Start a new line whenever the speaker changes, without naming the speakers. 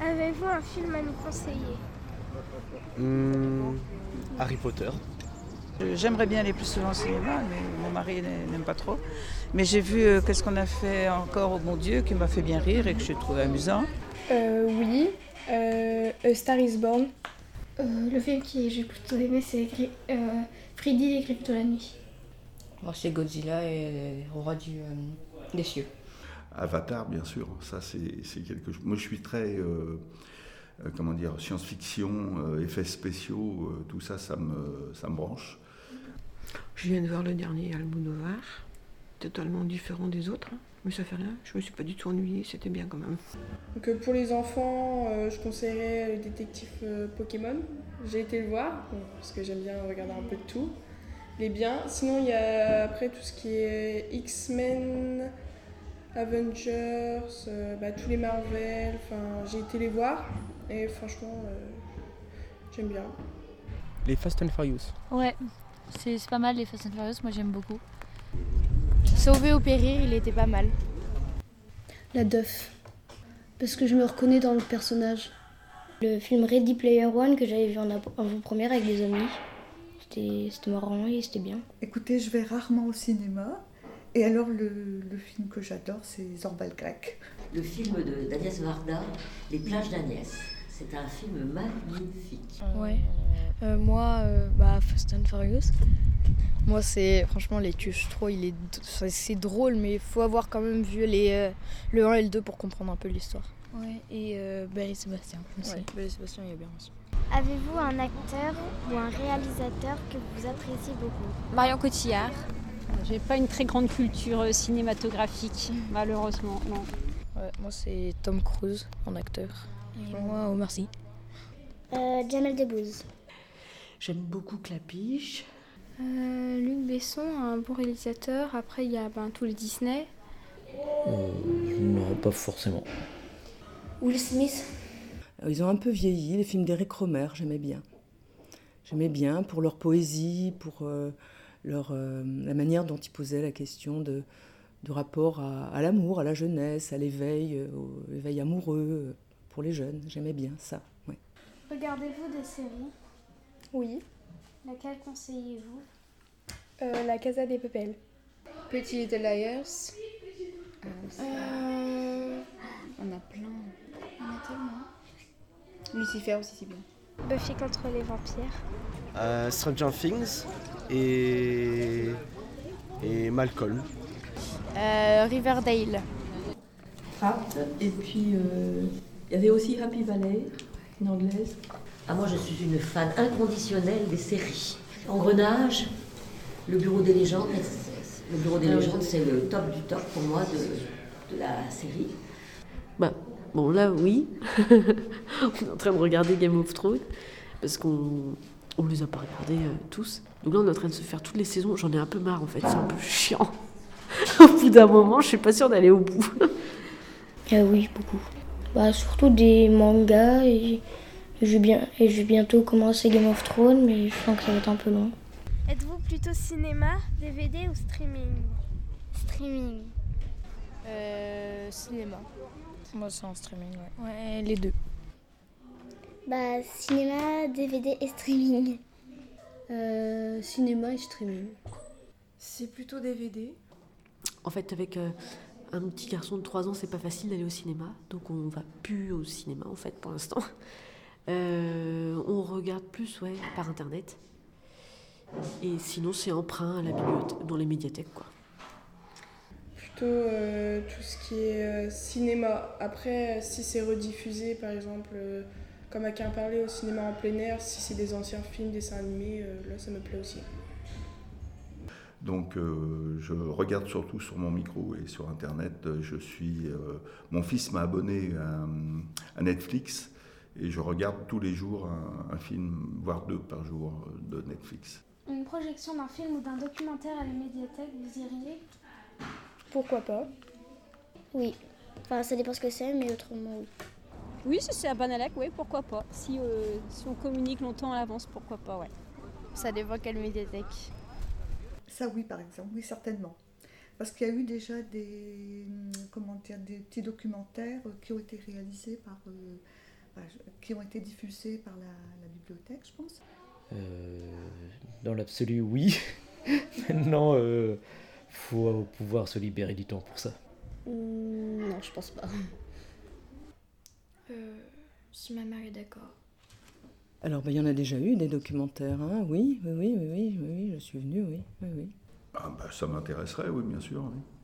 Avez-vous un film à nous conseiller
Hmm, Harry Potter.
Euh, J'aimerais bien aller plus souvent au cinéma, mais mon mari n'a- n'aime pas trop. Mais j'ai vu euh, qu'est-ce qu'on a fait encore au bon Dieu, qui m'a fait bien rire et que j'ai trouvé amusant.
Euh, oui. Euh, A Star is Born.
Euh, Le film que j'ai plutôt aimé, c'est Gri- euh, Freddy les Griffes de la Nuit.
Bon, c'est Godzilla et le roi du, euh, des cieux.
Avatar, bien sûr, ça c'est c'est quelque chose. Moi je suis très, euh, euh, comment dire, science-fiction, euh, effets spéciaux, euh, tout ça, ça me, ça me branche.
Je viens de voir le dernier Almodovar, totalement différent des autres, hein. mais ça fait rien, je me suis pas du tout ennuyée, c'était bien quand même.
Donc euh, pour les enfants, euh, je conseillerais le détective euh, Pokémon. J'ai été le voir, bon, parce que j'aime bien regarder un peu de tout. Il est bien. Sinon, il y a après tout ce qui est X-Men, Avengers, euh, bah, tous les Marvel. Enfin, j'ai été les voir et franchement, euh, j'aime bien.
Les Fast and Furious.
Ouais, c'est c'est pas mal les Fast and Furious, moi j'aime beaucoup.
Sauvé ou périr, il était pas mal.
La Duff. Parce que je me reconnais dans le personnage.
Le film Ready Player One que j'avais vu en av- avant-première avec des amis. C'était c'était marrant et c'était bien.
Écoutez, je vais rarement au cinéma. Et alors, le, le film que j'adore, c'est Zorbal Grec.
Le film de- d'Agnès Varda, Les plages d'Agnès. C'est un film magnifique.
Ouais. Euh, moi, euh, bah, Fast and Furious. Moi, c'est franchement les tuches trop. Il est, c'est- c'est drôle, mais il faut avoir quand même vu les, euh, le 1 et le 2 pour comprendre un peu l'histoire.
Ouais, et
Belle et euh, Sébastien.
aussi.
Ouais, Belle et Sébastien, il est bien aussi.
Avez-vous un acteur ou un réalisateur que vous appréciez beaucoup
Marion Cotillard.
J'ai pas une très grande culture euh, cinématographique, malheureusement, non.
Ouais, moi, c'est Tom Cruise en acteur. Et moi, Omar Sy.
Euh, Jamel Debbouze.
J'aime beaucoup Clapiche.
Euh, Luc Besson, un bon réalisateur. Après, il y a ben, tous les Disney.
non, pas forcément.
Will Smith.
Euh, Ils ont un peu vieilli. Les films d'Eric Romer, j'aimais bien. J'aimais bien pour leur poésie, pour euh, leur, euh, la manière dont ils posaient la question de, du rapport à, à l'amour, à la jeunesse, à l'éveil, euh, au l'éveil amoureux euh, pour les jeunes. J'aimais bien ça. ouais.
Regardez-vous des séries
Oui.
Laquelle conseillez-vous
Euh, la Casa des Pépelles.
Petit Little Liars.
Euh,
Euh, On a plein. Lucifer aussi, c'est bien.
Buffy contre les vampires.
Euh, Stranger Things et, et Malcolm.
Riverdale.
Rapt. Ah, Et puis, euh, il y avait aussi Happy Valley, une anglaise.
Ah, moi, je suis une fan inconditionnelle des séries. Engrenage, Le Bureau des légendes. mais c'est- Le Bureau des
Ah oui.
légendes, c'est le top du top pour moi de, de la série.
Bah, bon, là, oui. on est en train de regarder Game of Thrones parce qu'on on les a pas regardés euh, tous. Donc là, on est en train de se faire toutes les saisons. J'en ai un peu marre en fait, c'est un peu chiant. au bout d'un moment, je suis pas sûre d'aller au bout.
Ah oui, beaucoup. Bah, surtout des mangas et je vais, bien, et je vais bientôt commencer Game of Thrones, mais je sens que ça va être un peu long.
Êtes-vous plutôt cinéma, DVD ou streaming Streaming.
Euh,
cinéma. Moi, c'est en streaming, ouais. Ouais, les deux.
Bah, cinéma, DVD et streaming.
Euh, cinéma et streaming.
C'est plutôt DVD.
En fait, avec euh, un petit garçon de 3 ans, c'est pas facile d'aller au cinéma. Donc on va plus au cinéma en fait pour l'instant. Euh, on regarde plus ouais, par internet. Et sinon, c'est emprunt à la bibliothèque, dans les médiathèques quoi.
plutôt euh, tout ce qui est euh, cinéma. Après, euh, si c'est rediffusé, par exemple, euh, comme à Quimperlé parlait au cinéma en plein air, si c'est des anciens films, dessins animés, euh, là ça me plaît aussi.
Donc euh, je regarde surtout sur mon micro et sur Internet. Euh, Je suis, euh, mon fils m'a abonné à, à Netflix et je regarde tous les jours un, un film, voire deux par jour euh, de Netflix.
Une projection d'un film ou d'un documentaire à la médiathèque, vous iriez
Pourquoi pas
Oui. Enfin, ça dépend ce que c'est, mais autrement, oui.
Oui, si c'est à Banalec, oui, pourquoi pas. Si, euh, si on communique longtemps à l'avance, pourquoi pas, ouais.
Ça dépend quelle médiathèque.
Ça, oui, par exemple, oui, certainement. Parce qu'il y a eu déjà mm, des, hum, comment dire, des petits documentaires euh, qui ont été réalisés par, euh, bah, je- qui ont été diffusés par la, la bibliothèque, je pense.
Euh, dans l'absolu, oui. Maintenant, euh, faut pouvoir se libérer du temps pour ça.
Hmm, non, je pense pas.
Euh, si ma mère est d'accord.
Alors, ben, il y en a déjà eu des documentaires, hein oui, oui, oui, oui, oui, oui, je suis venue, oui, oui, oui.
Ah, bah, ça m'intéresserait, oui, bien sûr. oui.